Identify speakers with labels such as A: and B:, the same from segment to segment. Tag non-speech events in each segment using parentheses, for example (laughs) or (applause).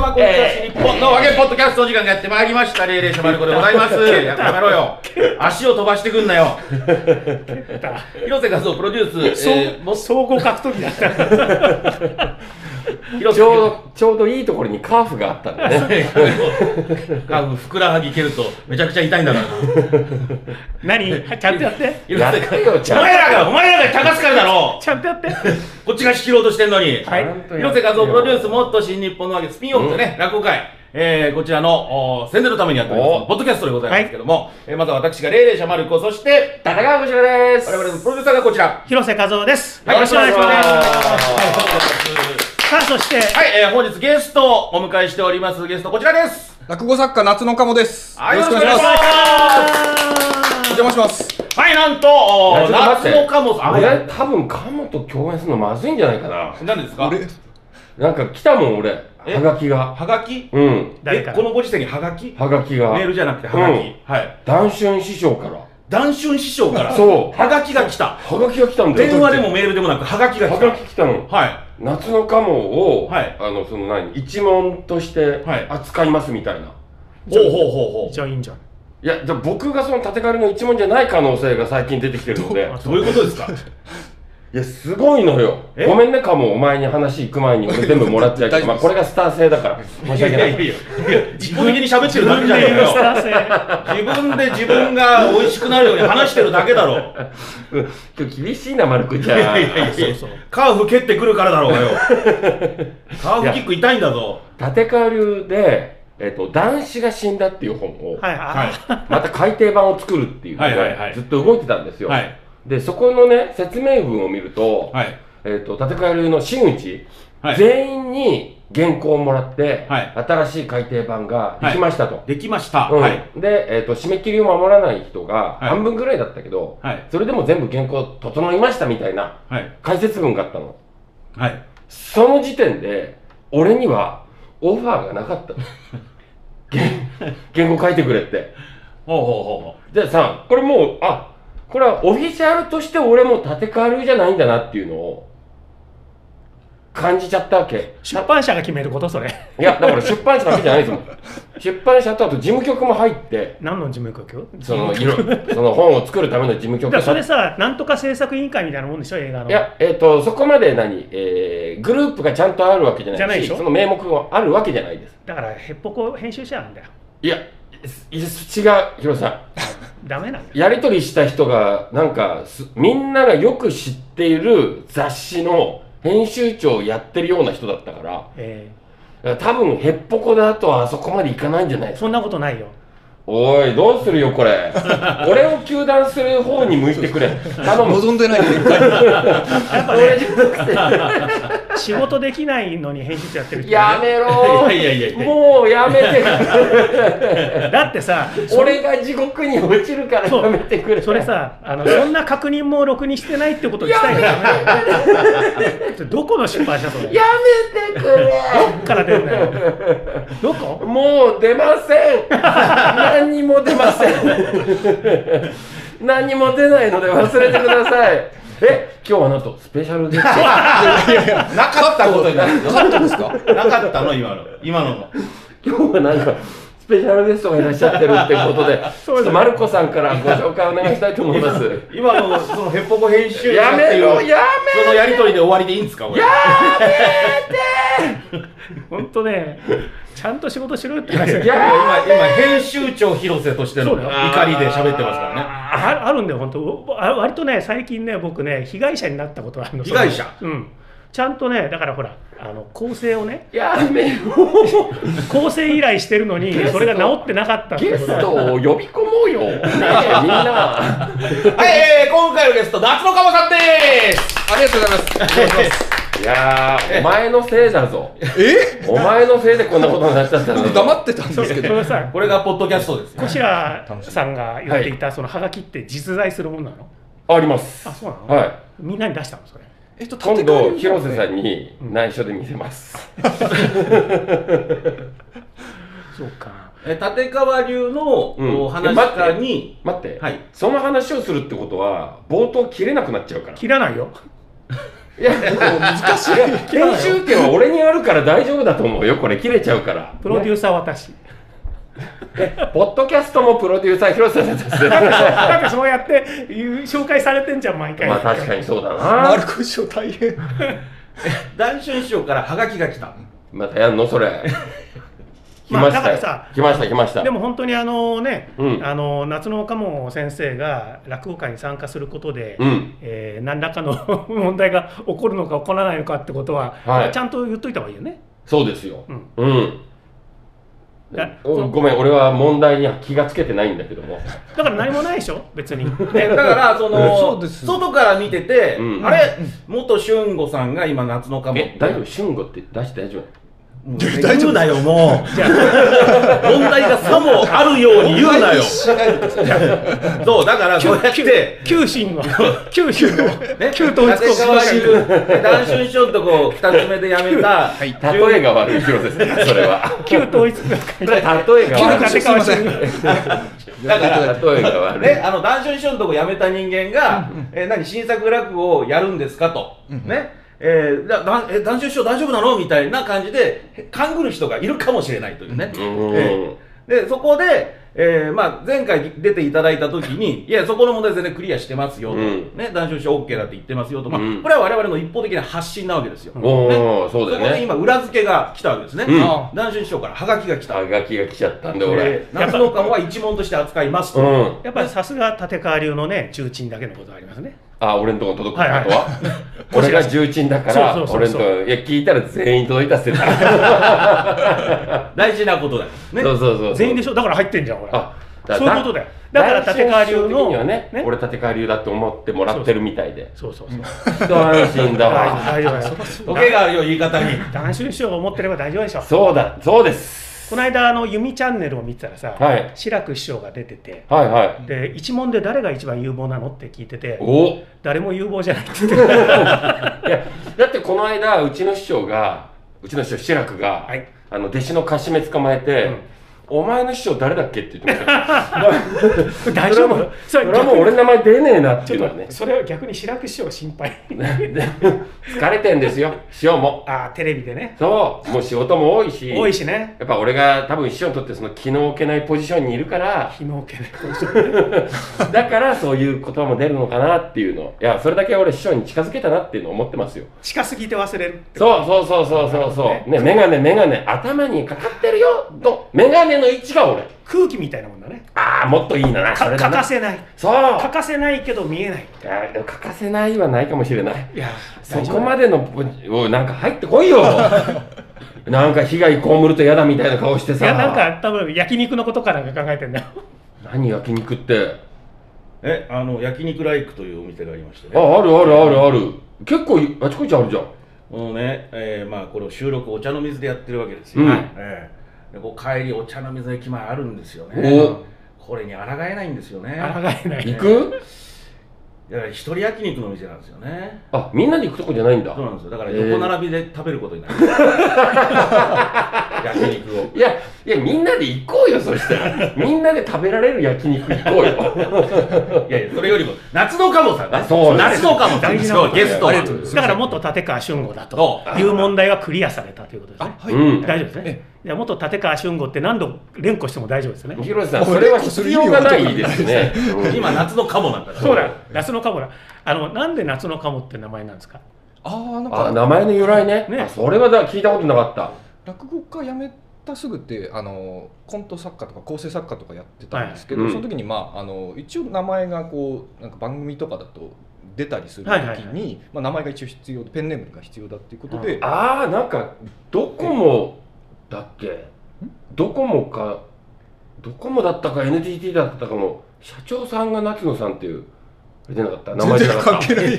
A: 日本の和芸ポッドキャストの時間がやってまいりました。霊霊者丸子でございます。やめろよ。足を飛ばしてくんなよ。広瀬和夫プロデュース、
B: そう
A: えーも
B: 総合格闘技だった
A: 広
C: ち
A: 瀬
C: ょうど、ちょうどいいところにカーフがあったんだね。
A: (laughs) あのふくらはぎ蹴るとめちゃくちゃ痛いんだから。
B: 何ちゃんとやって
C: や
A: 広瀬
C: ってよ、ち
A: お
C: ゃんと。
A: 前らが、お前らが高須からだろ
B: ちゃんとやって
A: こっちが仕切ろうとしてんのに。
B: はい
A: 広瀬和夫プロデュー
C: ス。
A: スもっと新日本のわけスピンオフでね、落語会、えー、こちらのおー宣伝のためにやっております
C: お
A: ポッドキャストでございますけども、えーまずは私が霊霊者丸子そして
C: 田中こちらです。
A: 我々のプロデューサーがこちら
B: 広瀬和夫です、
A: はい
B: よろしくお願いします
A: よろしくお願いし
B: さあそして、
A: はい、えー、本日ゲストをお迎えしておりますゲストこちらです
D: 落語作家夏の鴨です。
A: はい
D: よろしくお願いします。お
A: す
D: 邪魔します。
A: はいなんとおー
C: いやちょっと待
A: 夏
C: って
A: のカモさん
C: 俺
A: は
C: 多分カモと共演するのまずいんじゃないかな。
A: い何ですか
D: 俺、
C: なんか来たもん俺。
A: え
C: はがきが。
A: はがき
C: うん。
B: 誰か
A: えこのご時世にはがき
C: はがきが。
A: メールじゃなくてはがき、
C: うん
A: はい
C: 談春師匠から。
A: 談春師匠から
C: そう
A: はがきが来た
C: はがきが来たんだよ。
A: 電話でもメールでもなくはがきが来
C: は
A: た
C: がき来たの。
A: はい
C: 夏のカモを、
A: はい
C: あの、その何、一問として
A: はい
C: 扱いますみたいな。
A: ほうほうほうほ
B: ジョインジョン
C: いや、じゃあ僕がその縦刈りの一問じゃない可能性が最近出てきてるので。
A: う。どういうことですか
C: いや、すごいのよ
A: え。
C: ごめんね、かも、お前に話行く前に俺全部もらっちゃうけど、
D: 大丈夫です
C: まあこれがスター性だから。申し訳ない。
A: いやいや自分的に喋ってるだけじゃねえかよ。
B: 自分で言うスター性
A: 自分で自分が美味しくなるように話してるだけだろ。
C: うん今日厳しいな、マルコちゃん。
A: いやいやいや
B: そうそう
A: カーフ蹴ってくるからだろうがよ。カ
C: (laughs)
A: ーフキック痛いんだぞ。
C: 立川流で、えっ、と、男子が死んだっていう本を、
B: はいあ
A: はい。
C: また改訂版を作るっていうの
A: はいはいは
C: が
A: い
C: ずっと動いてたんですよ。
A: はい。
C: で、そこのね、説明文を見ると、
A: はい。
C: えっ、と、立川流の真打、
A: はい
C: 全員に原稿をもらって、
A: はい
C: 新しい改訂版ができましたと。
A: できました。
C: うん
A: はい。
C: で、えっと締め切りを守らない人が
A: はい
C: 半分ぐらいだったけど、
A: はい
C: それでも全部原稿整いましたみたいな
A: はい。
C: 解説文があったの
A: はい。
C: その時点で俺にはオファーがなかったの原 (laughs) 原稿書いてくれって
A: ほうほうほうほ
C: でさこれもうあこれはオフィシャルとして俺も立川流じゃないんだなっていうのを感じちゃったわけ
B: 出版社が決めることそれ
C: いやだから出版社だけじゃないですもん出版社とあと事務局も入って
B: 何の事務局
C: そのいろ (laughs) その本を作るための事務
B: だ
C: 局
B: か
C: が
B: らそれさなんとか制作委員会みたいなもんでしょ映画の
C: いや、えっ、と、そこまで何、えー、グループがちゃんとあるわけじゃないし、
B: じゃないでしょ
C: その名目があるわけじゃないです。
B: だからヘッポコ編集者なんだよ
C: いや、いい違う、ヒロさ
B: ダメなんだ
C: ん。
B: よ
C: やりとりした人が、なんかす、みんながよく知っている雑誌の編集長をやってるような人だったから、
B: え
C: だから多分、ヘッポコだとはあそこまでいかないんじゃないで
B: ー
C: すか。
B: そんなことないよ
C: おい、どうするよ、
A: (laughs)
C: これ。俺を糾弾する方に向いてくれ。頼む。
D: 望んでない展開。
B: やっぱね仕事できないのに編集長やってる人
C: やめろ
A: う。いやいやいやいや。
C: もうやめて。
B: だってさ
C: 俺が地獄に落ちるから
B: そう
C: やめてくれ
B: それさあのそんな確認もろくにしてないってことをしたいからねどこの出版社それ
C: や
B: ど
C: めてくれ
B: っから出るんだよどこ
C: もう出ません何にも出ません何にも出ないので忘れてくださいえ今日はなんとスペシャルゲス (laughs) ト
A: なかったことになるよ。
D: カットですか。
A: なかったの今の。今のも。
C: 今日はなんかスペシャルゲストがいらっしゃってるってことでちょっとマルコさんからご紹介お願いしたいと思います
A: 今のそのヘッポコ編集者
C: や
A: って
C: め
A: いう
C: ろや
A: そのやりとりで終わりでいいんですかこれ。
B: 本当ねちゃんと仕事しろよって話だよ
C: めや
A: 今、今、編集長広瀬としての
B: そ
A: 怒
B: う
A: り
B: だ
A: で
B: よ
A: 喋ってますからね。
B: ああるんだよ本当あ割とね最近ね僕ね被害者になったことあるの
A: 被害者
B: そのうんちゃんとねだからほらあの構成をね
C: やめろ
B: 構成依頼してるのに
C: スト
B: それが治ってなかったって
C: ゲ
B: こと
C: ストを呼び込もうよねえみんな
A: はい、えー今回のゲスト、夏のかさんです
D: ありがとうございます。
C: いやー、お前のせいだぞ。
D: え
C: お前のせいでこんなことになっちゃったんだぞ。
D: 黙ってたんですけ
B: そ
D: ど。
B: れさ
A: これがポッドキャストですよ。
B: こしらさんが言っていたそのハガキって実在するものなの
C: あります。
B: あそうなの
C: はい。
B: みんなに出したのそれ
D: えっと、
C: 今度、広瀬さ
D: ん。
C: んに内緒で見せます。
B: そうか
A: えー立川流の、
C: うん
A: お話家に、
C: 待って、
A: はい
C: その話をするってことは、冒頭切れなくなっちゃうから。
B: 切らないよ
C: いや、
D: 難しい。
C: 編集権は俺にあるから大丈夫だと思うよ。これ切れちゃうから。
B: プロデュ
C: ー
B: ーサーは私。
C: ポッドキャストもプロデューサー広瀬さんですね。
B: なんかそうやって言う紹介されてんじゃん、毎回。
C: まあ確かにそうだ
D: マ
C: な。
D: ルコ師匠大変。
A: 男春師匠からハガキが来た。
C: またやんのそれ。来
B: まあ
C: まし
B: だか
C: た
B: ら
C: よ
B: さ。
C: 来ました来ました
B: で。も本当にあのね、
C: うん
B: あの夏の岡門先生が落語会に参加することで、
C: うん。
B: えー何らかの (laughs) 問題が起こるのか起こらないのかってことは、
C: はい
B: ちゃんと言っといた方がいいよね。
C: そうですよ
B: う。ん、
C: うん。
B: だ
C: おごめん、俺は問題には気がつけてないんだけども。
B: だから何もないでしょ、別に。
C: (laughs)
A: ね、だから、そ
D: そ
A: の
D: うです
A: 外から見てて、
C: うん
A: あれ、元俊吾さんが今、夏のかも。
C: え、大丈夫俊吾って出して大丈夫
A: もうね
D: 大丈夫だよ、も
B: じゃあ
A: 問題がさもあるように言うなよ。そう、だから、そうやっ
B: きゅ
A: て、
B: 九神を、九神を、
A: ね、
B: 旧統一国
A: 立川にいる、男春師匠のとこ、二つ目でやめた、
C: 例えが悪い広瀬さん、そ
B: (laughs)
C: れは。
B: 旧統一教会
C: 例えが悪い。
D: 旧統一
B: 立川
D: すいま
B: 神
D: せんう。
A: だから
C: 例えが悪い。
A: ね、あの、男春師匠のとこ辞めた人間が、えー何、新作落語をやるんですかと。ね。えー、だだえ男春師匠大丈夫なのみたいな感じで、へ勘ぐる人がいるかもしれないというね。え
C: う
A: ーで、そこで、えーまあ、前回出ていただいたときに、いや、そこの問題全然クリアしてますよと、
C: うん
A: ね、男子師匠 OK だって言ってますよと、まあ
C: うん
A: これは我々の一方的な発信なわけですよ。
C: ん。おお、そう
A: そ
C: だ
A: こで
C: よね。
A: 今、裏付けが来たわけですね。
C: うん
A: あ男子師匠からハガキが来た。
C: あがきが来ちゃったんで、俺。
A: えー、夏の感は一問として扱いますと。
C: うん。
B: やっぱりさすが立川流のね、重鎮だけのことはありますね。
C: あ、俺んとこに届く
B: はいはい
C: ことは。 (laughs) 俺が重鎮だから、
B: そうそうそう
C: 俺ん
B: そ
C: と
B: う
C: こ、いや、聞いたら全員届いたって言ってた。
A: 大事なことだ。ね。
C: (laughs) そうそうそう。
B: 全員で
C: し
B: しょ、だから入ってんじゃん、ほら。
C: あ、
B: そういうことだよ。だから立川
C: 男子
B: 流
C: 師匠的に
B: の、
C: はね、俺立川流だって思ってもらってるみたいで。
B: そうそうそう。
C: 一安心だ
B: 大
C: わ。
B: 丈夫、大丈夫。
A: おけがあるよ、言い方に。 (laughs)
B: 男子師匠が思ってれば大丈夫でしょ。
C: そうだ、そうです。
B: この間、あの、弓チャンネルを見てたらさ、
C: はい
B: 志らく師匠が出てて、
C: はいはい。
B: で、一問で誰が一番有望なのって聞いてて、
C: お
B: 誰も有望じゃないって言
C: (laughs)
B: ってた。
C: いや、だってこの間、うちの師匠が、うちの師匠、志らくが、
B: はい
C: あの、弟子のカシメ捕まえて、
B: うん
C: お前の師匠誰だっけって言ってました。
B: (laughs) 大丈夫
C: それはもう俺の名前出ねえなっていうのはね。
B: それは逆に志らく師匠が
C: (laughs)
B: 心配。
C: 疲れてんですよ、師匠も。
B: ああ、テレビでね。
C: そう、もう仕事も多いし。
B: 多いしね。
C: やっぱ俺が多分師匠にとってその気の置けないポジションにいるから、
B: 昨日けね。
C: だからそういう言葉も出るのかなっていうの。いや、それだけ俺師匠に近づけたなっていうのを思ってますよ。
B: (laughs) 近すぎて忘れるって。
C: そうそうそうそうそうそう。ね、メガネメガネ、頭にかかってるよと、メガネの位置が俺。
B: 空気みたいなもんだね。
C: ああ、もっといいなな、そ
B: か
C: れ
B: 欠
C: だ
B: か
C: な。
B: せない。
C: そう。
B: 欠
C: あ
B: かせないけど見えない。
C: ーでも欠かせないはないかもしれない。
B: いや、
C: そこまでのポジ、おいなんか入ってこい
B: (laughs)
C: よ。なんか被害被ると嫌だみたいな顔して
B: い
C: さ。
B: や、なんか多分焼肉のことかなんか考えてんだよ。
C: 何焼肉って。
A: え、あの、焼肉ライクというお店がありましてね。
C: あ、あるあるあるある。結構あちこちあるじゃん。
A: このね、えーまあ、これを収録お茶の水でやってるわけですよ。
C: うん
A: えーでこう帰りお茶の水の駅前あるんですよね
C: お。
A: これに抗えないんですよね。
B: 抗えない。
C: 行く
A: だから一人焼肉の店なんですよね。
C: あ、みんなで行くとこじゃないんだ
A: そう。なんですよ。だから
C: えー
A: 横並びで食べることになる。 (laughs) 焼肉を。
C: いや、いや、みんなで行こうよ、そしたら。
B: (laughs)
C: みんなで食べられる焼肉行こうよ。
A: いやいや、それよりも、夏のカモさんね
C: あ (laughs) そう
A: 夏のカモさん
B: 大
A: で
B: 事
A: す
B: な
A: よ、
B: こと
A: ゲストは
D: あり。がとうございます
B: だから元立川俊吾だという問題はクリアされたということですね。
D: はい。
C: うん
B: 大丈夫ですね。いや元立川俊吾って何度連呼しても大丈夫です
C: (laughs)
B: ね。
C: 広瀬さん、それは必要がないですね。うん
A: 今、夏のカモなんだから。
B: そうだ、夏のカモだ。あの、なんで夏のカモって名前なんですか。
D: ああ、なん
C: あ、
D: か
C: 名前の由来ね。
B: ね
C: あそれはだ聞いたことなかった。
D: 落語家辞めたすぐってあのコント作家とか構成作家とかやってたんですけど、
C: はい
D: その時にまああの一応名前がこうなんか番組とかだと出たりする時
B: はいはい
D: に、まあ名前が一応必要ペンネームが必要だっていうことで、
C: あー、なんか、ドコモだっけドコモか、ドコモだったか NTT だったかも、社長さんが夏野さんっていう、あれじゃなかった名前
D: 全
C: じゃ
D: 然
C: なか
D: 関
C: っ
D: 係ない。違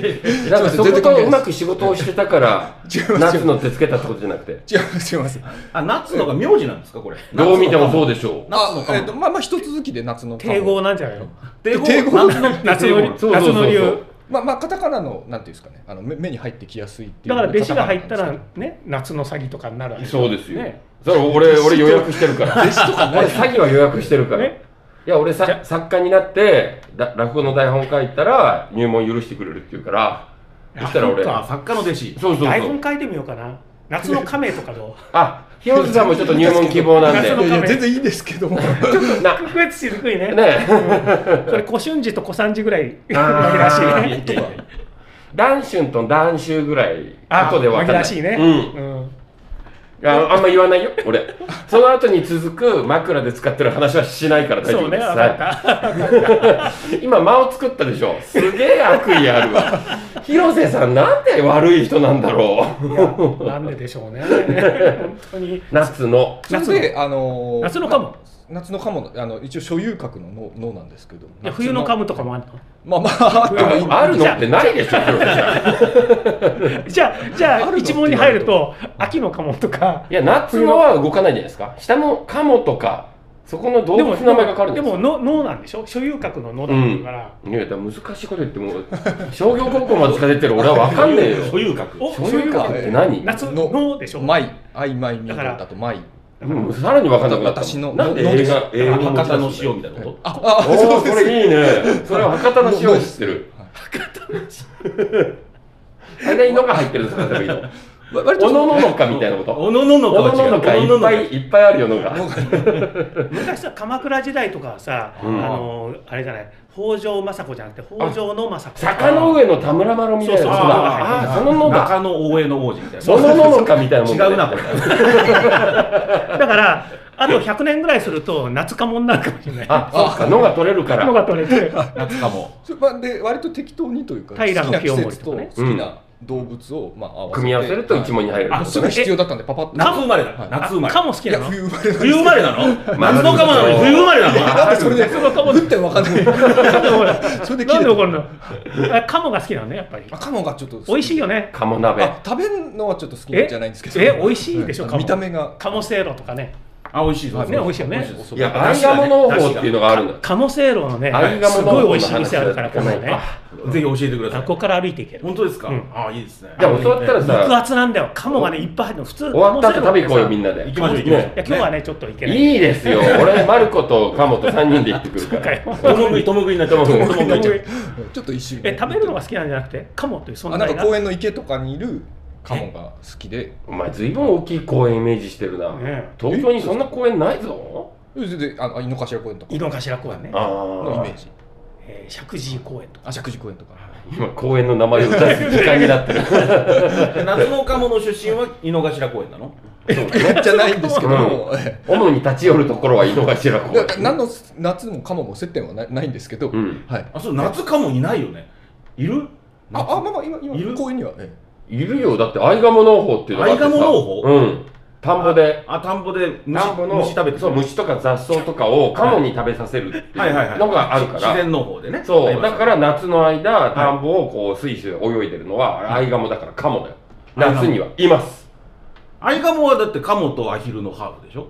C: た。
D: い
C: なんかそことうまく仕事をしてた
D: (laughs)
C: から、
D: ます違
C: 夏
D: います
C: 野ってつけたってことじゃなくて。
D: 違います違います。
A: あ、夏のが名字なんですか、これ。
C: どう見てもそう
A: う。
C: でしょう。
A: 夏の
D: あ
A: カ
D: え
A: モ
D: っ、。とまあまあ一続きで夏の
B: 帝
D: モ
B: 豪なんじゃないの。
A: 帝
D: 帝豪
A: 豪夏の
B: 夏
A: 帝
B: の
A: 豪
B: 流夏の流。
D: まあまあカタカナのなんていうんですかねあの目目に入ってきやすいっていう
B: だから弟子が入った
D: カ
B: らね、夏の詐欺とかになるわけ
C: そうですよ。
B: ね
C: それ俺俺予約してるから。
D: タカナなんです弟子とかな
C: 俺
D: い
C: 詐欺は予約してるから。
B: ね
C: いや俺さ作家になってだ落語の台本書いたら入門許してくれるって言うから。そしたら俺
A: あそっか作家の弟子
C: そうそう
B: 台
C: そう
B: 本書いてみようかな夏の亀とか
C: (laughs)
B: ど
C: あ広瀬さんもちょっと入門希望なんで
B: 夏の
D: いや
B: 亀
D: いや全然いいんですけども
C: な
B: う区別しにくいね
C: ね
B: それ古春時と小三時ぐらい
C: え
B: 紛らわしい
C: あ
B: ね
C: ー蘭春と蘭秋ぐらい
B: あ
C: 後で分かんない
B: 紛らわしいね
C: うん
B: うん
C: ああんま言わないよ、俺。その後に続く枕で使ってる話はしないから大丈
B: そう
C: 夫で
B: ね
C: す。
B: 分かった
C: はい今間を作ったでしょ。すげえ悪意あるわ。広瀬さんなんて悪い人なんだろ
B: いや (laughs) なんででしょうね本当に
C: う。夏の。
D: それであのー
B: 夏のカム
D: 夏のカモあの一応所有格の脳脳なんですけど
B: いや冬のカムとかもあるの
D: まあまああってもいい
C: あるのってないでしょ、広瀬さん。
B: じゃあ、じゃ
D: あ
B: あ、
D: るの
B: 一問に入ると、秋のカモとか。
C: いや、夏のは動かないんじゃないですか。下のカモとか、そこの動
B: で
C: 物
B: も、
C: の名前が変わるん
B: で
C: です
B: も、
C: か
B: の、脳なんでしょ所有格の脳だから。
C: いや、だから難しいこと言っても、商業高校までしか出てる俺は分かんねえよ。
A: 所有格
B: お、
C: 所
B: 所
C: 有
B: 有
C: 格
B: 格。
C: って何
B: 夏
D: の
B: 脳でしょ
D: マイ、アイマイミー
B: だか
D: だ
B: ら
D: とマイ。
C: うん、さらに分かんなくなった。
D: 私の
C: なんで
D: の
C: 映画、映画
A: 博
C: の
A: 多の塩みたいなこと
D: あ、あ、
C: おお、
D: そう
C: そ
D: です。
C: れいいね。それは博多の塩を知ってる。博多の塩。間に「の」が入ってるんですから、でもいいの。
D: わ割
C: おの
D: と
C: ののかみたいなこと。
A: おのののか
C: おの
A: は違
C: の
A: う
C: のかいっぱいいっぱいあるよ、のが。
B: 昔さ、鎌倉時代とかはさ、あ
C: うん
B: の、あれじゃない、北条政子じゃなくて、北条の政子。
C: 坂の上の田村麻呂みたいなこと
A: そうそう
C: だ。ああー、そののだ。
A: 中野大江の王子みたいな
C: そのののかみたいなもんだね
A: 違うなこれ
B: だから、あと100年ぐらいすると、夏カモになるかもしれない。
C: あ、そっか、のが取れるから
B: の。が取れて。
A: 夏かも
D: それまあで割と適当にというか、
B: 平
D: 好きな季
B: 清盛
D: 節
B: と
D: と
B: か
D: 好
B: ね
D: きな動物をまあ合わせて
C: 組み合わせると一問に入る。
D: はいすぐ必要だったんでパパッと。
A: 夏生まれだ
D: はい
A: 夏生まれ
B: カモ好き
D: い
B: な
D: や
B: の
D: 冬生まれなんで
A: 冬生まれなの夏のかもなのに冬生まれなの
D: だってそれで冬ってわかんない。
B: なんで怒るの
D: それで
B: なん
D: 切
B: で
D: れた
B: 怒るのあカモが好きなのね、やっぱり
D: あ。カモがちょっと
B: 美味しいよね。
C: 鴨鍋。
D: あ食べるのはちょっと好きじゃないんですけど。
B: ええ美味しいでしょ
D: は
B: カモ
D: 見た目が。
B: カモセイロとかね。
A: あ美味しいそうそう
B: ね美味しいよね
A: です
C: いや、アイガモ農法っていうのがあるんだ。
B: カモセイロのね
C: アイ、ガ
B: す
C: モ
B: ごい美
C: 農
B: 味
C: 法
B: しい
C: の話
B: 店あるから、ここね。
C: あ
A: ぜひ教えてくださ
B: あ
A: い
B: ここから歩いていける。
A: 本当ですか
B: うん
A: あいいですね
C: じゃあ、教わったら
B: 肉
C: さ、
B: 厚なんだよ。カモがね、いっぱい入ってる。普通、
C: 終わった後
B: カモ
C: 食べ
B: セイ
C: 行
B: ロ
C: こうよ、みんなで。
A: 行きましょう行きましょう
B: いや、今日はね、ちょっと行けない。
C: いいです
B: (laughs)
C: よ。俺、マルコとカモと3人で行ってくるから。
A: トモグイトモグイになっちゃう
C: トモ
A: トモ
C: グイ
A: グイになっちゃう
D: うんちょっと一瞬。
B: え、食べるのが好きなんじゃなくて、カモという存
D: あ
B: 在
D: な
B: が
D: んか。公園の池とかにいるカモが好きで。
C: お前、ずいぶん大きい公園イメージしてるな。
B: ね
C: 東京にそんな公園ないぞ。
D: 全然あの井の頭公園とか
B: 井の頭公園ね
C: あ。
D: のイメ
C: あ
D: ー。ジ。
B: えー石神井公園とか。
D: あ石神井公園とか。
C: 今、公園の名前を出す時間にな
A: (laughs)
C: ってる。
A: 夏のかもの出身は井の頭公園なの
D: じゃないんですけども。
C: 主に立ち寄るところは井の頭公
D: なん
C: 園
D: か。何の夏もカモも接点はないないんですけど、
C: うん。
D: はい。
A: あそう夏かもいないよねいる
D: あ、あ、まあまあ今
A: いる
D: 今公園には、え
C: いるよ。だって、アイガモ農法っていうのがあってさ。
A: アイガモ農法
C: うん。田んぼで。
A: あ田んぼで虫
C: 田んぼの
A: 虫食べて
C: そう虫とか雑草とかをカモに食べさせるっていう
A: はいはいはい
C: のがあるから、
A: 自然の方でねあり
C: そ
A: ま
C: う
A: す
C: だから夏の間田んぼをこうスイスイ泳いでるのは、アイガモだからカモだよ夏にはいます
A: アイガモはだってカモとアヒルのハーフでしょ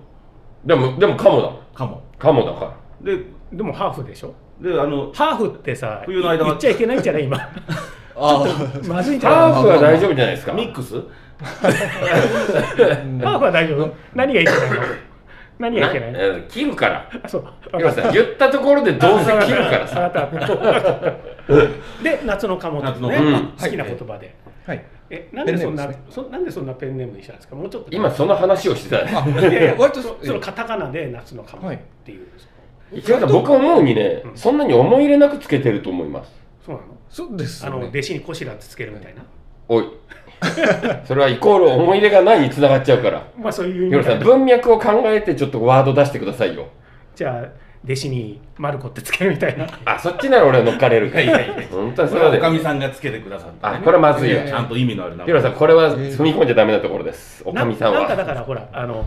C: でもでもカモだもん
A: カモ
C: カモだか
A: で
B: でも、ハーフでしょ
A: であの
B: ハーフってさ、
A: 冬の間は
B: 言っちゃいけないんじゃない今。
A: (laughs)
D: あ
B: まずいんじ
C: ら
B: ゃない
C: ハーフは大丈夫じゃないですか
A: ミックス
B: ハーフは大丈夫何がいけないの何がいけないの
C: な切るから
B: あ、そう。
C: 今さん言ったところでどうせ切るから (laughs) さ
B: わかったわかった
D: (laughs)
B: で、夏のカモとかね、
A: 夏
C: のうん
B: 好きな言葉で。
D: はい。
B: え、なんでそんな、
D: ペンネーム
B: そなんでそんなペンネームにしたんですか。もうちょっと。
C: 今その話をしてた
D: あ
C: ね
B: いやいや、
D: 割と
B: そ
D: え
B: そのカタカナで夏のカモっていう。
C: 池田さん僕思うにね
B: うん
C: そんなに思い入れなくつけてると思います
B: そうなの。
D: そうです
B: あ
D: よ
B: の、
D: ね。
B: 弟子にコシラってつけるみたいな。
C: (laughs) おいそれはイコール思い入れがないにつながっちゃうから
B: まあ、そういう意
C: ヨ
B: 味
C: ルさん
B: で。
C: 文脈を考えてちょっとワード出してくださいよ
B: じゃあ、弟子にマルコってつけるみたいな。
C: あそっちなら俺は乗っかれ (laughs) るから
A: いやいやいや
C: 本当にそ
A: こ
C: れ
A: れは
C: は
A: おか
C: ね
A: みさんがつけてくださった、
C: あこれはまずいよ
D: え
A: ち
D: え
A: ゃんと意味のある名
C: ヒロさん、これは踏み込んじゃダメなところです。お
B: な
C: かみさん
B: なんかだ
C: は。
B: から、ほら、あの。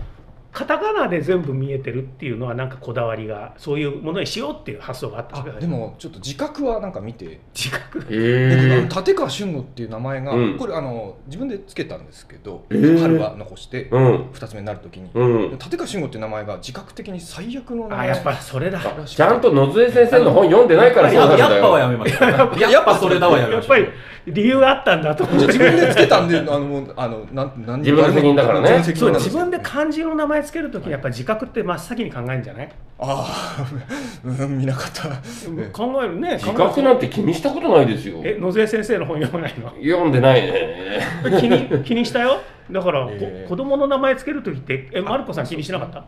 B: カタカナで全部見えてるっていうのはなんかこだわりがそういうものにしようっていう発想があったんです
D: あ
B: よね
D: でもちょっと自覚はなんか見て、
B: 自覚
D: 僕あの
C: え
D: 立川俊吾っていう名前が、
C: うん
D: これあの自分でつけたんですけど、
C: えー
D: 春は残して
C: え。うん。
D: 二つ目になるときに、
C: うん。
D: 立川俊吾っていう名前が自覚的に最悪の名
B: あ
D: 前
B: やっぱそれだ
D: らしく
C: ち
D: て
C: ゃんと野添先生の本読んでないからそうな
A: や
C: ん
A: っ
C: だ
A: ぱは
C: よ。
A: やめましょうやっぱそれだはやめ
B: や
A: ま
B: っ
A: しょ
B: ぱ
A: う
B: り理由あったんだと思っ
D: 自分
B: て。
D: でつけたんで、あの、もうあの、なん、なん
C: 自分の責任だからね
D: 自分の責
B: そう
D: 任なんで
B: 自
D: すよ
B: 分で漢字の名前えつけるとき、やっぱ自覚って真っ先に考えるんじゃない
D: ああ、うん、見なかった。え
B: 考えるね、
C: 自覚なんて気にしたことないですよ。
B: え、野添先生の本読まないの
C: 読んでないね。
D: (laughs)
B: 気に気にしたよ。だから、こ
D: ええ
B: 子供の名前つけるときって、え、マルコさん気にしなかった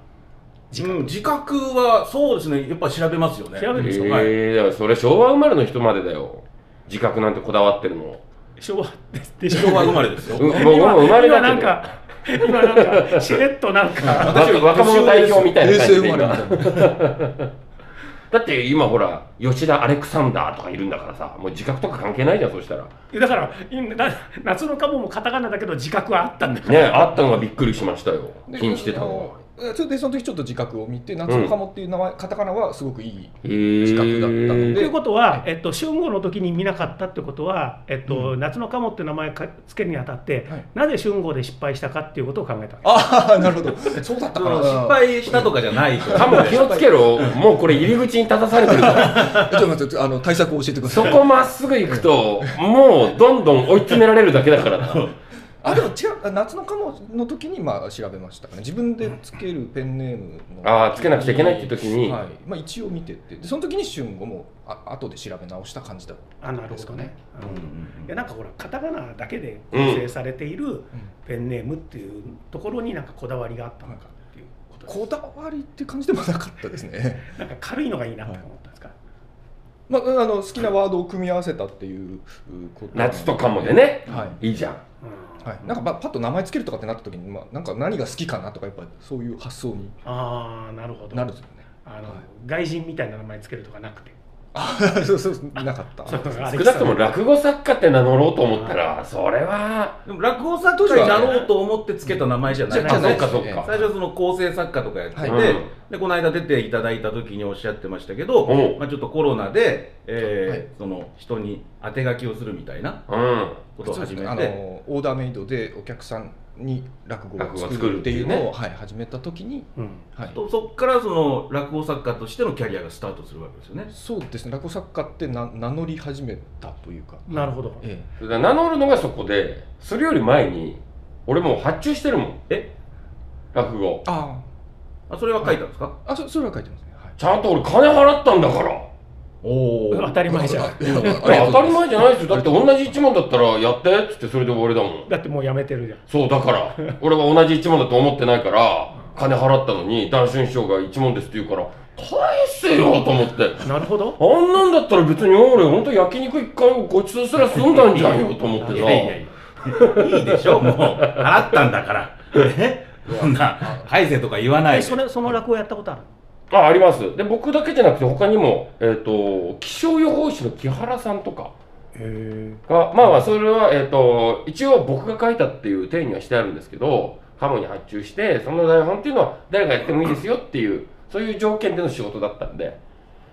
B: 自覚
A: うん、自覚はそうですねやっぱ調べますよね
B: 調べるでしょ、
A: はい
C: ええだからそれ昭和生まれの人までだよ。自覚なんてこだわってるの。
B: 昭和ですでしょ
A: 昭和生まれですよ
C: う僕
B: 今
C: も生まれだけど
B: 今なんか、今なんか、しれっとなんか、
C: 若若者代表みたいな
D: 平
C: 感
D: 成
C: じで
D: 生ま
C: 今
D: れみたいな。
C: だって今ほら吉田アレクサンダーとかいるんだからさもう自覚とか関係ないじゃんそしたらね
B: だから、今な夏のカモもカタカナだけど、自覚はあったんだよ。
C: あったのがびっくりしましたよ
D: で
C: 気にしてた
D: あ
C: の
D: のえちょっとでその時ちょっと自覚を見て、夏のカモっていう名前、カタカナはすごくいい。
C: へえ
D: 自覚だったの
B: とい
D: で
B: うことは、えっと、春号の時に見なかったってことは、えっと夏のカモって名前かつけるにあたって、
D: はい
B: なぜ春号で失敗したかっていうことを考えたわけ
D: ああ、なるほど。そうだった
A: そ
D: か
A: の
D: な。
A: 失敗したとかじゃないと
C: カモ気をつけろもうこれ入り口に立たされてるから
D: ちょっと待って、あの対策を教えてくだ
C: そ
D: さい。
C: こまっすぐ行くともうどんどん追い詰められるだけだからな
D: あ、でも違う、夏のカモの時にまあ調べましたかね。自分でつけるペンネームの。
C: ああつけなくちゃいけないって時に、
D: はいまあ、一応見ててでその時に春後もあ後で調べ直した感じだ
B: あなるほどね。
A: う
B: うん
A: うんん
B: いうや
A: ん
B: なんかほらカタカナだけで構成されているペンネームっていうところになんかこだわりがあったのかっていうことです
D: こだわりって感じでもなかったですね、 (laughs)
B: なんか軽いのがいいなって思ったんですか、
D: まあ、あの好きなワードを組み合わせたっていうことなんで
C: 夏とカモでね、、
D: はい
C: いじゃん
B: うん
D: はい、なんかまあパッと名前つけるとかってなった時に、まあ、なんか何が好きかなとかやっぱそういう発想に
B: ああなるほど
D: なるんですよ
C: (laughs)
D: ね
B: あの、
D: はい
B: 外人みたいな名前つけるとかなくて
D: あそうそうなかった
B: そうあれ
C: 少なくとも落語作家って名乗ろうと思ったらそれは
A: でも落語作家になろうと思ってつけた名前じゃない
D: じゃじゃない
C: あそうかそうか
A: 最初はその構成作家とかやってて、
D: はい
C: うん
A: でこの間出ていただいた時におっしゃってましたけど、
C: うん
A: まあ、ちょっとコロナで、えー
D: はい
A: その人に当て書きをするみたいな
C: うん
A: ことを始めて、
D: あのオーダーメイドでお客さんに落語を作るっていうのをはい、始めた時に、
B: うん
D: はい、
A: とそこからその落語作家としてのキャリアがスタートするわけですよね。
D: そうですね落語作家ってな名乗り始めたというか、
B: なるほど
D: え
C: それから名乗るのがそこでそれより前に俺もう発注してるもん
A: え
C: 落語
D: え、あ
A: あそれは書いたんですか、
D: ああそそれは書いてますね、はい
C: ちゃんと俺金払ったんだから
A: おお
B: 当たり前じゃん
D: (laughs)
C: 当たり前じゃないですよだって同じ一問だったらやってっつってそれで終わりだもん
B: だってもうやめてるじゃん
C: そうだから俺は同じ一問だと思ってないから金払ったのに談春師匠が一問ですって言うから返せよと思って
B: なるほど
C: あんなんだったら別に俺ほんと焼肉一回もごちそうすら済んだんじゃんよと思って
A: いやい
C: さ
A: やいやいやいいでしょもう払ったんだからえそんな返せとか言わない
B: え
A: で
B: それその落語やったことある
C: あありますで僕だけじゃなくて他にも、えー、と気象予報士の木原さんとかがまあまあそれは、えー、と一応僕が書いたっていう体にはしてあるんですけどハモに発注してその台本っていうのは誰がやってもいいですよっていうそういう条件での仕事だったんで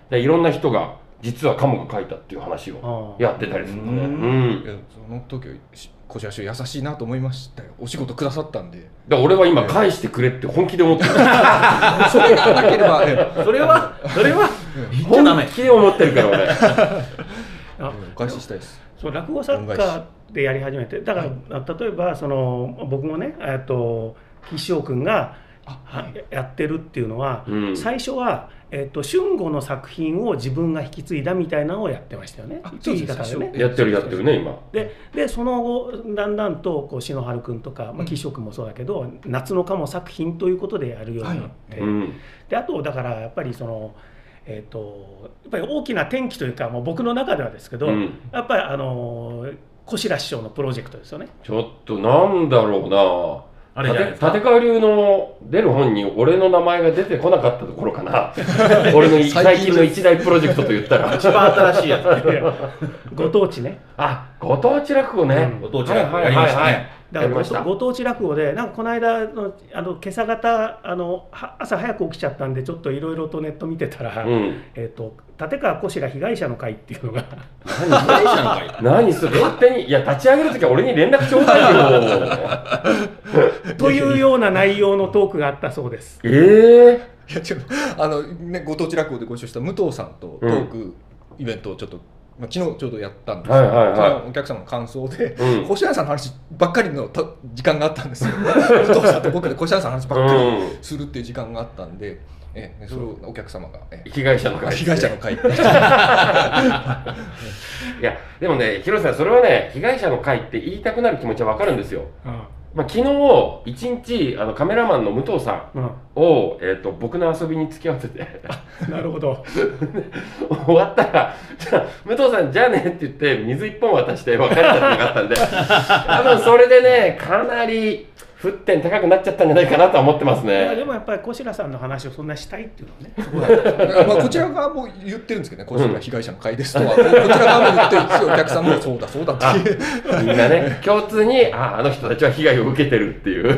C: でいろんな人が実はカモが書いたっていう話を
B: あ
C: やってたりするのね
A: う
C: うんん
D: いやその時はしこちら師匠優しいなと思いましたよお仕事くださったんで
C: で俺は今返してくれって本気で思ってる
D: それがなければ、え
A: それはそれは言っちゃダ
C: 本
A: メ
C: 気で思ってるから俺
D: え
B: あ
D: お返ししたいです
B: そう落語作家でやり始めてだから、あ例えばその僕もねえっと岸翔君が
D: あ
B: はやってるっていうのは、
C: うん
B: 最初は、えっと春吾の作品を自分が引き継いだみたいなのをやってましたよね
D: あ
B: 言い方で
D: そうです
B: ね。
C: やってるやってるね今
B: ででその後だんだんとこう篠原君とか、ま
D: う
B: あ、
D: ん
B: 岸翔君もそうだけど、夏の鴨作品ということでやるようになって、
C: うん
B: であとだからやっぱりその、えー、とやっぱり大きな転機というかもう僕の中ではですけど、
C: うん
B: やっぱりあのー小白師匠のプロジェクトですよ
C: (laughs)
B: ね。
C: ちょっとなんだろ
A: あ
C: う
A: れじゃない
C: な
A: ですか
C: 立川流の出る本に俺の名前が出てこなかったところ
A: (laughs)
C: かな俺の最近の一大プロジェクトと言ったら
A: 一番新しいやつ
B: ご当地ね。
C: あご当地落語ね、
B: うん
A: ご当地落語やりましたね、
C: はいはいはいはい
B: だ
C: やりま
B: からご
C: した
B: とご当地落語でなんかこの間のあの今朝方あのは朝早く起きちゃったんでちょっといろいろとネット見てたら、
C: うん
B: えっ、と立川こしら被害者の会っていうのが
A: 何会社の会
C: 何する勝手にいや立ち上げるときは俺に連絡ちょうだい
A: (laughs)
C: よ
B: というような内容のトークがあったそうです。
C: ええ
D: (laughs) いや違うあのねご当地落語でご一緒した武藤さんとトークイベントをちょっとまあ、昨日ちょうどやったんですけど、
C: はいはいはい
D: そのお客様の感想で、
C: うん
D: 越谷さんの話ばっかりのた時間があったんです
C: (laughs)
D: よ。お父さんと僕で越谷さんの話ばっかり
C: うん
D: するっていう時間があったんで、ええそれをお客様が、え
C: 被害者の
D: え、
C: 会
D: 被害者の会って言って
C: (laughs) いやでもね広瀬さんそれはね被害者の会って言いたくなる気持ちはわかるんですよ、
B: うん
C: まあ、昨日一日あのカメラマンの武藤さ
B: うん
C: んを、えー、と僕の遊びに付き合わせて
B: なるほど。
C: 終わったら「じゃあ武藤さんじゃあね」って言って水一本渡して別れたのがあったん (laughs) で多分それでねかなり沸点高くなっちゃったんじゃないかなとは思ってます
B: いや
C: ね
B: (laughs) でもやっぱり小白さんの話をそんなしたいっていうのはね。
D: まあこちら側も言ってるんですけどね、こちらが被害者の会で
C: (laughs)
D: すとは、こちら側も言ってるんですよ、お客様もそうだ、そうだっていう、
C: みんなね共通にああの人たちは被害を受けてるっていう
D: (laughs) もう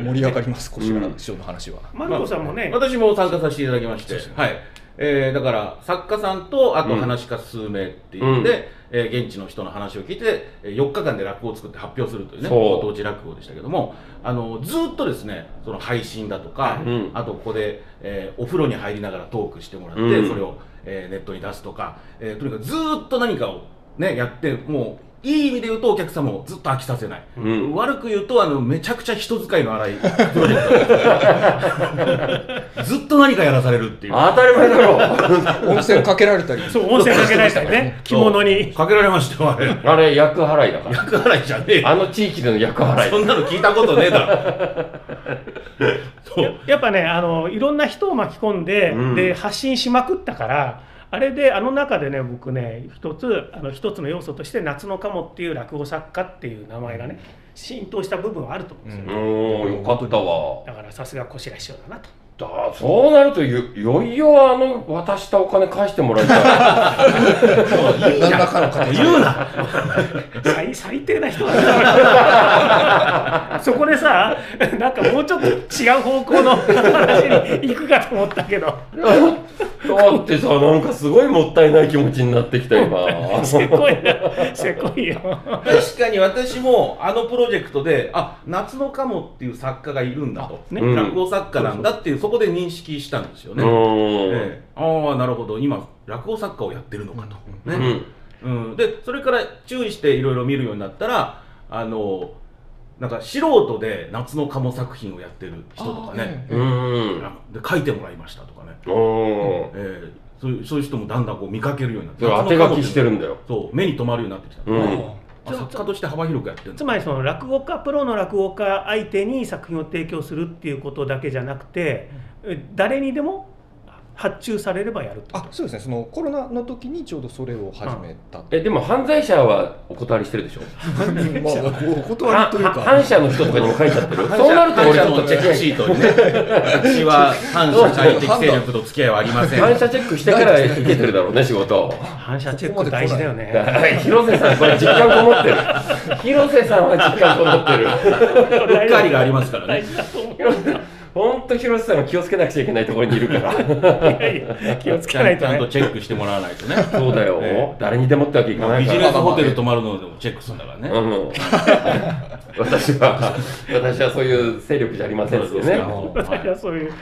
D: あの盛り上がります、こちら師匠の
C: (laughs)
D: 話は。
B: マルコさんもね、
A: 私も参加させていただきまして、
D: そうですね
A: はいえーだから作家さんとあと話し家数名っていうので、えー現地の人の話を聞いてえー4日間で落語を作って発表するというね
C: そう
A: ご当地落語でしたけどもあのずっとですねその配信だとか、
C: うん
A: あとここで、えーお風呂に入りながらトークしてもらって、
C: うん
A: それを、えーネットに出すとか、えーとにかくずっと何かを、ね、やってもう。いい意味で言うとお客様をずっと飽きさせない、
C: うん
A: 悪く言うとあのめちゃくちゃ人使いの荒いずっと何かやらされる
C: (laughs)
A: っていう。
C: 当たり前だろう
D: 温泉かけられたり、
B: そう、温泉かけられたりね、着物に。
A: かけられましたよ、あ (laughs) れ。
C: (laughs) あれ役払いだから
A: 役払いじゃねえよ。
C: あの地域での役払い
A: そんなの聞いたことねえ (laughs) だろ。そう。
B: やっぱね、あの、いろんな人を巻き込んで、
C: うん
B: で、発信しまくったから、あれで、あの中でね、僕ね、一つ、あの、一つの要素として、夏の鴨っていう落語作家っていう名前がね、浸透した部分はあると思うんですよ。
C: おーよかったわ
B: だから、さすが小白師匠だなと。
C: だそうなるとよいよいよあの渡したお金返してもらい (laughs) たい
D: 何らかの形で
A: 言うな
B: 最最低な人 (laughs) だなそこでさなんかもうちょっと違う方向の話に行くかと思ったけど
C: だってさなんかすごいもったいない気持ちになってきた今
B: せこいなせこいよ
A: 確かに私もあのプロジェクトで、あ夏のカモっていう作家がいるんだと、
B: ね
C: うん
A: 落語作家なんだっていう、そこで認識したんですよ
C: う
A: ね。
C: ん、
A: ええああ、なるほど、今、落語作家をやってるのかと。ね
C: うん
A: うん、でそれから注意していろいろ見るようになったらあのなんか素人で夏の鴨作品をやってる人とかね、
C: う
D: あ
C: ん
A: で書いてもらいましたとかね、
C: うん
A: えーそういうそういう人もだんだんこう見かけるようになって
C: それ当て書きしてるんだよ
A: そう目に留まるようになってきた、
C: う
D: ー
C: ん
A: あ作家として幅広くやってるん
B: つ
A: だ
B: まりその落語家プロの落語家相手に作品を提供するっていうことだけじゃなくて誰にでも発注されればやるってこと
D: あそうですね、そのコロナの時にちょうどそれを始めた
C: (laughs)
D: と。
C: えでも犯罪者はお断りしてるでしょ
D: まあ、お断
C: は
D: りという
C: は
D: か。
C: 反社の人とかにも書いちゃってるそうなると俺ちょっと
A: 反社のチ
C: チェ
A: ェックシ
C: ッ
A: ートにね私は反社会的勢力と付き合いはありま
C: ク
A: せん
C: 反社チェックしてからいけてるだろうね
A: (laughs)
C: 仕事
B: 反射チェック大事だよね
C: 広瀬さんこれ実感こもってる広瀬さんは実感こもってる
A: うっかりがありますからね
B: 大事だと思う
C: (laughs) 本当広瀬さんは気をつけなくちゃいけないところにいるから
A: (laughs)
B: いやいや気をつけないと
A: ちゃんと
B: ね
A: チェックしてもらわないとね
C: そうだよ、
A: え
C: 誰にでもってわけいかない
A: ビ
C: か
A: ジネ
C: ら
A: スホテル泊まるのでもチェックするんだからね、
C: うん、私は私はそういう勢力じゃありませんって
A: そう
C: ね
A: ですか
B: 私は (laughs) そういう、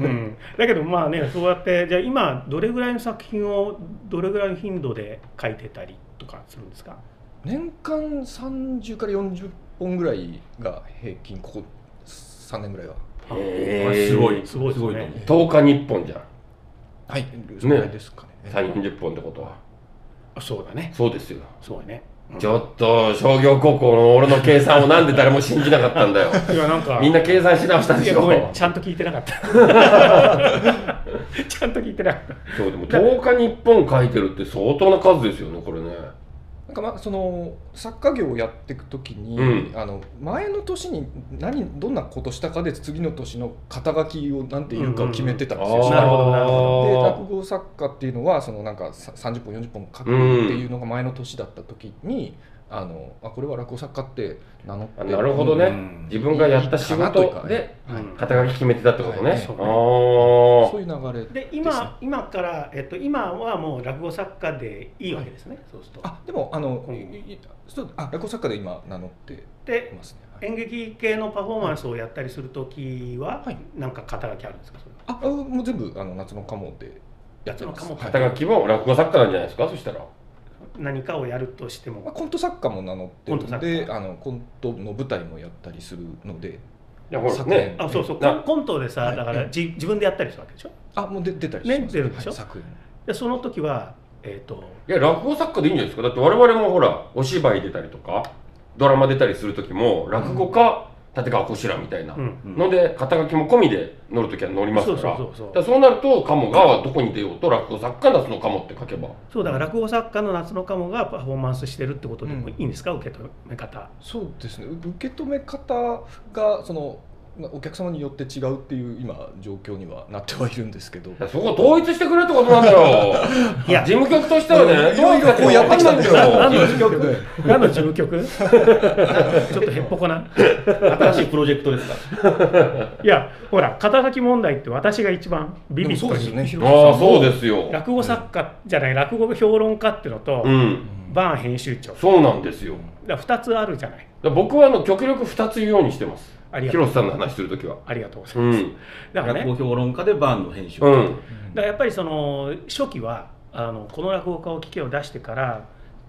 B: うん、だけどまあねそうやってじゃあ今どれぐらいの作品をどれぐらいの頻度で書いてたりとかするんですか
D: 年間30から40本ぐらいが平均ここ3年ぐらいは
C: へ
A: これ
C: ー
A: すごい
B: すごいですね
A: と思う
C: 10日に1本じゃん
D: はいそれぐらいですかね
C: 3 4 0本ってことは
B: そうだね
C: そうですよ
B: そうだね
C: ちょっと商業高校の俺の計算をなんで誰も信じなかったんだよ
B: いやなんか
C: みんな計算し直したで
B: い
C: し
B: や
C: ょ
B: ごめんちゃんと聞いてなかったちゃんと聞いてなかった
C: そうでも10日に1本書いてるって相当な数ですよねこれね
D: なんかまあその作家業をやっていくときに、
C: うん
D: あの前の年に何どんなことしたかで次の年の肩書きをなんていうかを決めてたんですよ。
B: ーなるほどなる
D: で
C: ほ
D: 落語作家っていうのはそのなんかさ30本40本書くっていうのが前の年だった時に、あのあこれは落語作家って名乗って
C: あなるほどね
A: うん
C: 自分がやった仕
D: いいかなという
C: 事
D: か
C: で
D: はい
B: うん
C: 肩書き決めてたってことね、
D: はい
B: そうね
C: あ
D: そういう流れ
B: で
D: ですね
B: 今今から、えっと、今はもう落語作家でいいわけですね、そうすると
D: あでもあの、
B: うん
D: いいそうあ落語作家で今名乗って
B: で
D: ますね。はい
B: 演劇系のパフォーマンスをやったりするときは、
D: はい
B: なんか肩書きあるんですかそれは
D: ああもう全部あの夏のカモでやってます。
B: 夏のカモ
D: はい
C: 肩書きも落語作家なんじゃないですかそしたら
B: 何かをやるとして
D: まあ、
B: も
D: コント作家も名乗ってる
B: コント
D: の
B: 作
D: であのコントの舞台もやったりするので
C: やほら
D: 昨
C: ね
D: 年
B: あそうそうコ
C: な
B: ンコントでさ
D: はい
B: だからじ自分でやったりするわけでしょ
D: あもう出出たり
B: ね
D: します
B: 出るでしょ
D: はい、作品
B: でその時はえっ、と
C: いや落語作家でいいんじゃないですかだって我々もほらお芝居出たりとかドラマ出たりする時も落語か立川こしらみたいな
B: うん
C: ので肩書きも込みで乗る時は乗ります
B: そ
C: か
B: う
C: ら
B: そう
C: だ
B: そうそう
C: からそうなると「カモがどこに出ようと落語作家夏のカモって書けば
B: そうだから落語作家の夏の鴨がパフォーマンスしてるってことでも
D: うん
B: いいんですか、受け止め方
D: そうですねう受け止め方がそのまあお客様によって違うっていう今状況にはなってはいるんですけど
C: いやそこ統一してくれってことなんだよ
B: (laughs) いや
C: 事務局としてはね
D: いろいろこうやってきたんだよ
C: どうやってやってんだよ
B: 何の事務 (laughs) 局ちょっとへっぽこな
A: 新しいプロジェクトですか
B: いやほら肩書き問題って私が一番ビビッ
D: そう
B: ト
D: ですよ
B: に、
D: ねヒロさん
C: ああ
D: も
C: そうですよ
B: 落語作家じゃない落語評論家っていうのと、
C: うん
B: バーン編集長だか
C: そうなんですよ
B: ら2つあるじゃない
C: だから僕はあの極力2つ言うようにしてます
B: ありがとう
C: 広瀬さんの話するときは
B: ありがとうございうます、
C: ん
B: だからね
A: 落語評論家でバーンの編集、
C: うん
B: だからやっぱりその初期はあのこの落語家を聞けを出してから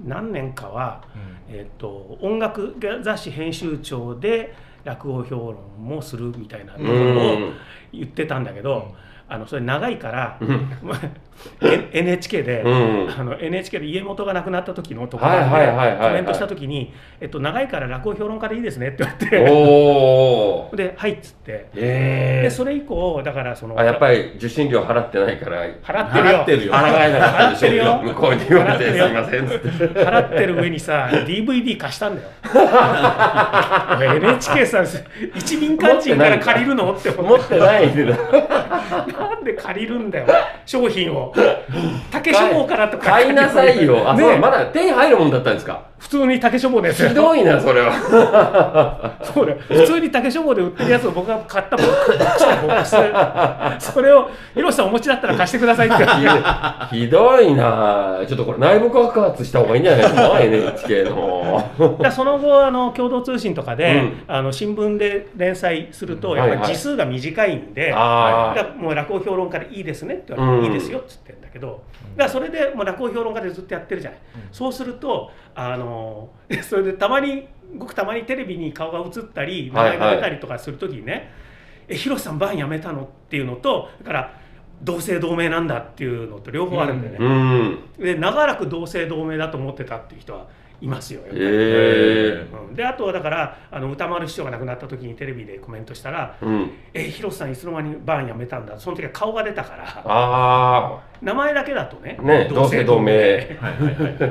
B: 何年かは、えっと音楽雑誌編集長で落語評論もするみたいなと
C: う
B: ころを
C: ん
B: 言ってたんだけど、あのそれ長いから、
C: うん
B: まあ N- NHK で、
C: うん
B: あの NHK で家元が亡くなった時のところで
C: はいはいはいはいはい
B: コメントした時に「えっと、長いから落語評論家でいいですね」って言わ
C: (laughs)
B: れ
C: お
B: て
C: お
B: で「はい」っつって
C: え
B: で
C: え
B: それ以降だからその
C: あやっぱり受信料払ってないから
B: 払ってるよ
A: 払ってるよ
C: あらがえなかったでしょうけど
B: 払ってる
C: 向
B: よ
C: こうに言われてす
B: 払
C: いませんっつって
B: 払ってる上にさ DVD 貸した
C: (laughs)
B: んだよおい NHK さん一民間人から借りるのって思
C: 持
B: っ
C: ってないんで
B: てなんで借りるんだよ商品を竹書房からとか
C: 買いなさいよあ
B: ね
C: そうまだ手に入るもんだったんですか
B: 普通に竹書房のやつ
C: ひどいなそれは (laughs)
B: そうだよ普通に竹書房で売ってるやつを僕が買ったボックスそれを広瀬さんお持ちだったら貸してくださいって
C: ひどいひどいなちょっとこれ内部告発した方がいいんじゃないですか NHK の
B: だからその後あの共同通信とか
C: う
B: で、
C: ん
B: あの新聞で連載するとやっぱり字数が短いんで、
C: あ
B: だからもう落語評論家でいいですねって言われて、
C: うん
B: いいですよって言ってんだけどだからそれでもう落語評論家でずっとやってるじゃない、そうするとあの (laughs) それでたまにごくたまにテレビに顔が映ったり名
C: はいは
B: 前
C: い
B: が出たりとかする時にね「え広瀬さんバンやめたの?」っていうのとだから同姓同名なんだっていうのと両方あるんだよね、
C: うん
B: で長らく同姓同名だと思ってたっていう人はいますよやっぱり
C: ええ
B: うんであとはだからあの歌丸師匠が亡くなった時にテレビでコメントしたら
C: うん
B: 「え広瀬さんいつの間にバーンやめたんだ」その時は顔が出たから
C: あ
B: 名前だけだとね
C: あね同姓同名
A: はいはいはい
B: だ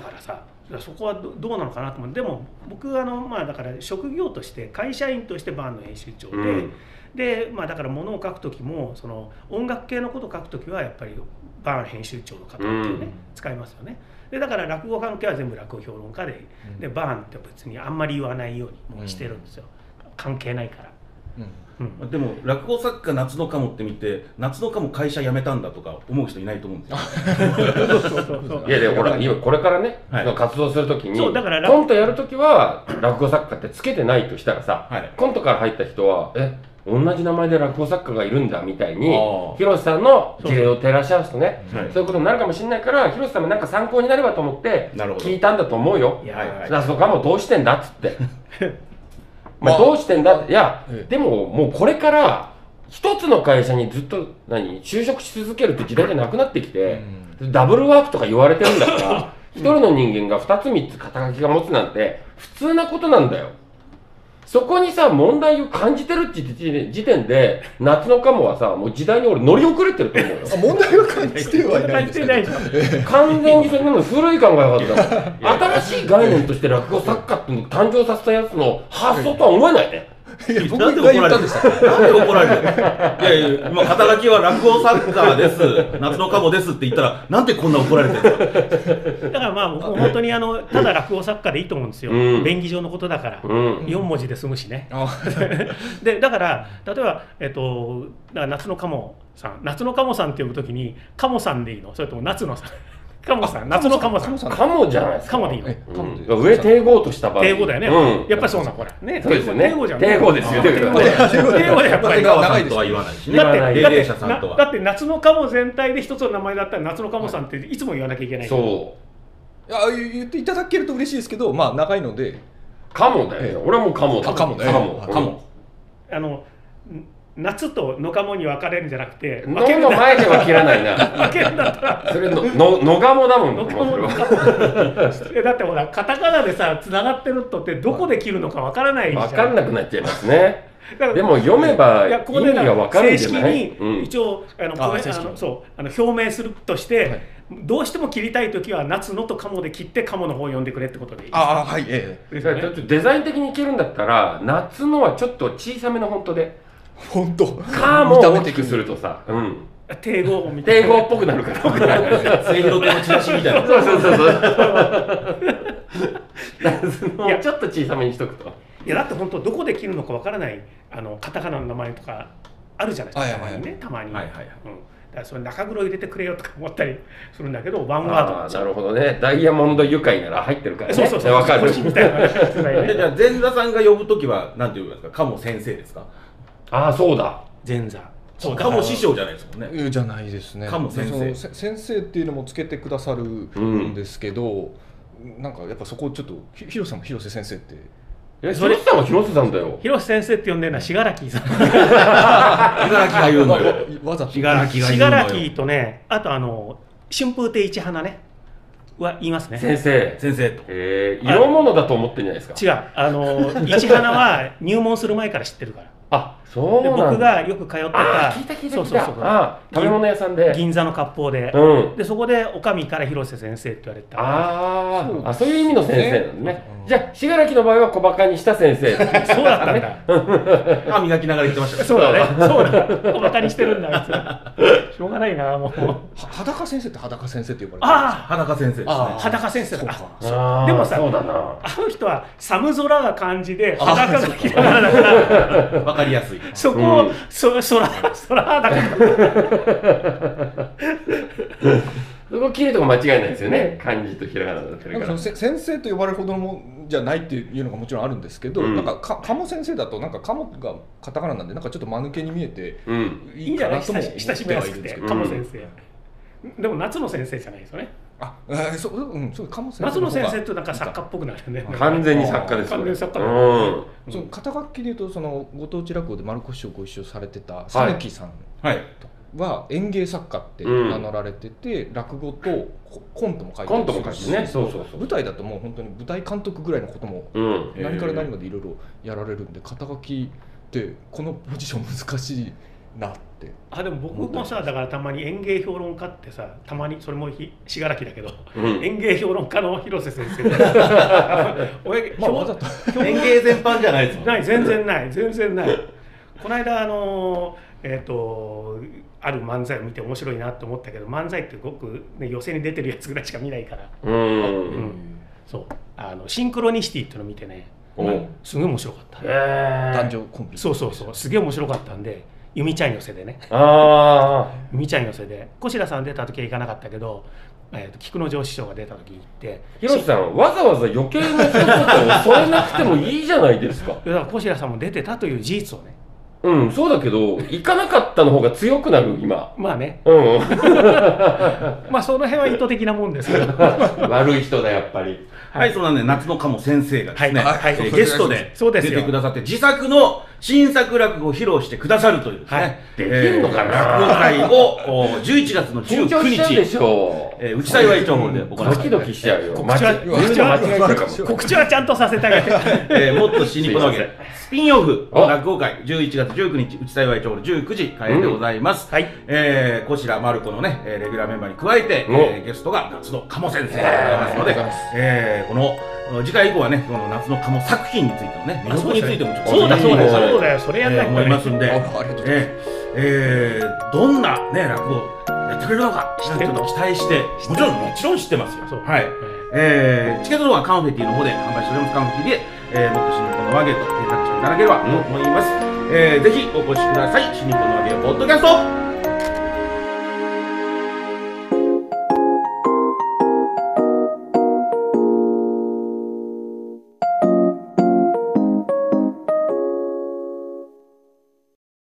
B: からさそこはどどうなのかなと思うでも僕あのまあだから職業として会社員としてバーンの編集長で、
C: うん
B: でまあだから物を書く時もその音楽系のことを書く時はやっぱりバーン編集長の方っていうね、
C: うん
B: 使いますよねでだから落語関係は全部落語評論家で,、
D: うん
B: でバーンって別にあんまり言わないようにもうしてるんですよ、関係ないから、
D: うん
B: うん、
A: でも落語作家夏のカモって見て夏のカモ会社辞めたんだとか思う人いないと思うんですよ。
C: いやでもほら今これからね、
A: はい
C: その活動するときに
B: そうだから
C: コントやるときは落語作家ってつけてないとしたらさ、
A: はい
C: コントから入った人はえ同じ名前で落語作家がいるんだみたいに
A: あー
C: 広瀬さんの事例を照らし合わすとね
A: は
C: そういうことになるかもしれないから広瀬さんもなんか参考になればと思って
A: なるほど
C: 聞いたんだと思うよ
B: いや
A: はいはい
C: だからそこはもうどうしてんだっつってお
D: ま
C: 前
D: あ
C: どうしてんだっていや
D: ええ
C: でももうこれから一つの会社にずっと何就職し続けるって時代じゃなくなってきて、ダブルワークとか言われてるんだから、 (laughs) 一人の人間が二つ三つ肩書きが持つなんて普通なことなんだよ。そこにさ、問題を感じてるって時点で、夏のカモはさ、もう時代に俺乗り遅れてると思
D: (laughs)
C: うよ。
D: あ問題は感じてはいないんです
B: 関係
D: けど
B: ないじ
C: 完全にそれなの古い考え方だもん。新しい概念として落語作家っていうのを誕生させたやつの発想とは思えないね。
D: いや僕
A: なんで
D: が言
A: 怒られ
D: った
A: る
D: んですか
A: なんで怒られるいやいや、今、肩書きは落語作家です、夏のカモですって言ったら、なんでこんな怒られてるんですか
B: ゃんだからまあ僕も本当にあのただ落語作家でいいと思うんですよ、
C: うん
B: 便宜上のことだから、
C: うん。
B: 4文字で済むしね
D: あ
B: (laughs) でだから例えば、えっと、だから夏のカモさん夏のカモさんって呼ぶときにカモさんでいいのそれとも夏のさんカモさん、夏のカモさん。
D: さん
C: カモじゃないですか。
B: カモでいいの
D: ええカモで
C: うん上帝豪とした場合。
B: 英語だよね。
C: うん
B: やっぱりそうな、ほら。ね、
C: そうですよね
B: 英語じゃん。
C: 帝豪ですよ
B: 帝豪だよ帝豪だよやっぱ
A: 出
B: り。だ
A: 川さんとは言わないしね。
C: だ
B: って、
A: 霊
B: だっ
A: 霊
B: て
A: 者さんと
B: なだ
A: は。
B: って夏のカモ全体で一つの名前だったら夏のカモさんっていつも言わなきゃいけない。
C: そう。
D: いや言っていただけると嬉しいですけどまあ長いので
C: カモだよ、
D: ええ
C: 俺はもうカモだ
D: あカモね
C: カモ
D: あ
A: カモ
B: あの、ん夏と野カモに分かれるんじゃなくて、
C: うん
B: 分けるん
C: の
B: だ
C: 前では切らないな
B: 分けるんだったら。
C: それ
B: (laughs)
C: のののがもだもん
B: 野
C: 僕
B: カ
C: も
B: モ
C: それ
B: 野
C: は
B: カモい
C: (laughs)
B: やだってほらカタカナでさつながってるとってどこで切るのか分からないじゃん
C: 分かんなくなっちゃいますね
B: だから
C: でも読めば
B: い
C: 意
B: やここで
C: 味が
B: だから
C: 分かるん
B: 正
C: じゃ
B: 式
C: ない
B: に
C: うん
B: 一応あの
D: あ
B: これ
D: 正式
B: あ
D: に
B: のそうあの表明するとして、
D: はい
B: どうしても切りたい時は夏のとカモで切ってカモの方を読んでくれってことでいい
D: ああはいええ
B: です
C: だ
B: よ
C: からちょっ
B: ね。
C: とデザイン的にいけるんだったら夏のはちょっと小さめのフォントで
D: 本当
C: 「カ」も大きくするとさ、うん、
B: 定語音みたい
C: 帝
B: な。
C: 語っぽくなるから
A: 末広亭のチラシみたいな。
C: (laughs) そうそうそう
B: (laughs)
C: そう
B: いや
C: ちょっと小さめにしとくと
B: いやだって本当どこで切るのかわからないあのカタカナの名前とかあるじゃないですか。た
D: は
B: ま
D: いはいはい
B: にねたまに。
A: はいはいはい
B: うんだからそれ中黒入れてくれよとか思ったりするんだけどワンワードにな
C: あ
B: っ
C: ー
B: ちゃ
C: な
B: う
C: るほどねダイヤモンド愉快なら入ってるからね
B: そうそうそう。
C: わかる
B: 星み
C: (laughs)
B: たいな世代
A: でじ
B: ね。
A: ゃあ前座さんが呼ぶときはなんて呼ぶんですか。カモ先生ですか。
C: ああそうだ
B: 前座。そうだ
A: カ
B: から
A: モ師匠じゃないですもんね。
D: じゃないですね
A: カモ先生
D: そのせ先生っていうのもつけてくださるんですけど、なんかやっぱそこちょっとひ広瀬さんも広瀬先生って
C: えそれさんは広瀬さんだよ
B: 広瀬先生って呼んでるのは信楽さん。
A: 茨城が言うのよ。
D: わざと
A: 信楽
B: 信楽とね、あとあの春風亭一花ね、は言いますね。
C: 先生
A: 先生と。
C: えー、色物だと思ってんじゃないですか
B: 違う、あの一花は入門する前から知ってるから。
C: あそう
B: で
C: なんだ
B: 僕がよく通って
C: あ
B: た
C: ー聞いた聞いた聞い
B: そうそう
C: た
B: そう
C: あー食べ物屋さんで
B: 銀座の割烹で
C: う、ん
B: でそこでおかみから広瀬先生って言われてたから。
C: あ
D: そう
C: ーあそういう意味の先生なんだね
D: うん
C: じゃあ信楽の場合は小バカにした先生
B: (laughs) そうだったんだ。
A: 歯磨きながら言ってました。
B: そうだね。そうだ。おバカにしてるんだあいつら。しょうがないなもう。
D: は裸先生って裸先生って呼ばれてる
B: あ
A: 裸先生ですね。
B: あ、
D: あー
B: 裸先生
D: そう
B: だ。
D: か
B: あ
C: あー
B: でもさ
C: そうだな
B: あの人は寒空が漢字で
D: あ
B: 裸がひらがなだから。
A: わかりやすい。
B: そこを、
C: うん
B: そそらそらだから
C: そこ切るとこ間違いないですよね漢字とひらがなだった
D: なん
C: りか
D: か
C: ら
D: そのせ先生と呼ばれるほどのもんじゃないっていうのがもちろんあるんですけど、
C: うん
D: なんかか鴨先生だとなんか鴨がカタカナなんでなんかちょっと間抜けに見えて
C: うん
B: いいんじゃない
D: か
B: 親
D: な
B: し
D: とも
B: 親しみやすくて
D: 思ってはいるんですけど
B: 鴨先生、でも夏の先生じゃないですよね
D: あ、えー、そううんそう鴨先生
B: 夏の先生っ
D: と
B: てなんか作家っぽくなるよね
C: 完全に作家です
B: 完全に作家
C: これうん
D: その肩書きでいうとそのご当地落語で丸子師匠ご一緒されてた讃岐さん
A: はい。
D: は園芸作家って名乗られてて、落語とココントも書いて
C: コ
D: る
C: ントも書いてねそうそうそう
D: 舞台だともう本当に舞台監督ぐらいのことも
C: うん
D: 何から何までいろいろやられるんで肩書きってこのポジション難しいなって
B: あでも僕もさだからたまに園芸評論家ってさたまにそれもひ信楽だけど
C: うん
B: 園芸評論家の広瀬先
D: (laughs)
B: 生おや
D: まあ
B: 評
D: わざと
B: 評
A: 園芸全般じゃないですもん
B: ない
A: ね。
B: 全然ない全然ないこの間あのえっ、とある漫才を見て面白いなと思ったけど漫才ってごく、ね、寄席に出てるやつぐらいしか見ないから
C: うん
B: うんそうあのシンクロニシティっていうのを見てね
C: おう
B: すごい面白かった
C: え
D: 男女コンビ
B: そうそうそうすげえ面白かったんで由美ちゃん寄せでね
C: あ
B: 由美ちゃん寄せで越田さん出た時は行かなかったけど、えー、と菊之丞師匠が出た時に行って
C: あ、広瀬さん、わざわざ余計な一つを添えなくてもいいじゃないですか。
B: だから越田さんも出てたという事実をね
C: (laughs) うん、そうだけど、行かなかったの方が強くなる、今。
B: まあね
C: うん、
B: まあその辺は意図的なもんですけど
C: (laughs)
B: (laughs)
C: 悪い人だ、やっぱり。
A: はい、そんなね、夏の鴨先生がですね、
B: はいはい
A: えーゲストで
B: そうで
A: 出
B: すよ
A: てくださって、自作の新作落語を披露してくださるというですね、
B: はい
A: えー
C: できんのかな
A: 落語会をお11月の
C: 緊張しちゃう
A: 19
C: で
A: 日、
C: しょう。
A: えー、内幸町ホールで行われ
C: ド
A: ます
C: キドキしちゃうよ。
B: 告知は
C: 間違え言うの間違えちゃうかも。
B: 告知はちゃんとさせてあげて
A: えーもっと死にこなわ
C: すい
A: け
C: ま
A: スピンオフ
C: お
A: 落語会11月19日内幸町ホール19時開演でございます、
B: はい
A: えー、こちらマルコのねえーレギュラーメンバーに加えて、
C: お
A: えーゲストが夏の鴨先生でございますので
D: ありがとうございます、
A: えーこの次回以降はねこの夏の鴨作品についてのね見どころについてもちょっと
B: (laughs) そうだそうだそうだよそれ
A: え
B: やんな
A: ー
B: きゃ
A: 思いますんで、
D: あ
A: え
D: ありがとうございます
A: ーえーどんなね落語をやってくれるのかちょっと期待してもちろんもちろん知ってますよ
B: そう
A: はいえーチケットの方はカンフェティの方で販売しておりますカンフェティで、えーもっと新日本の和芸と検索していただければと思います、えーぜひお越しください新日本の和芸ポッドキャスト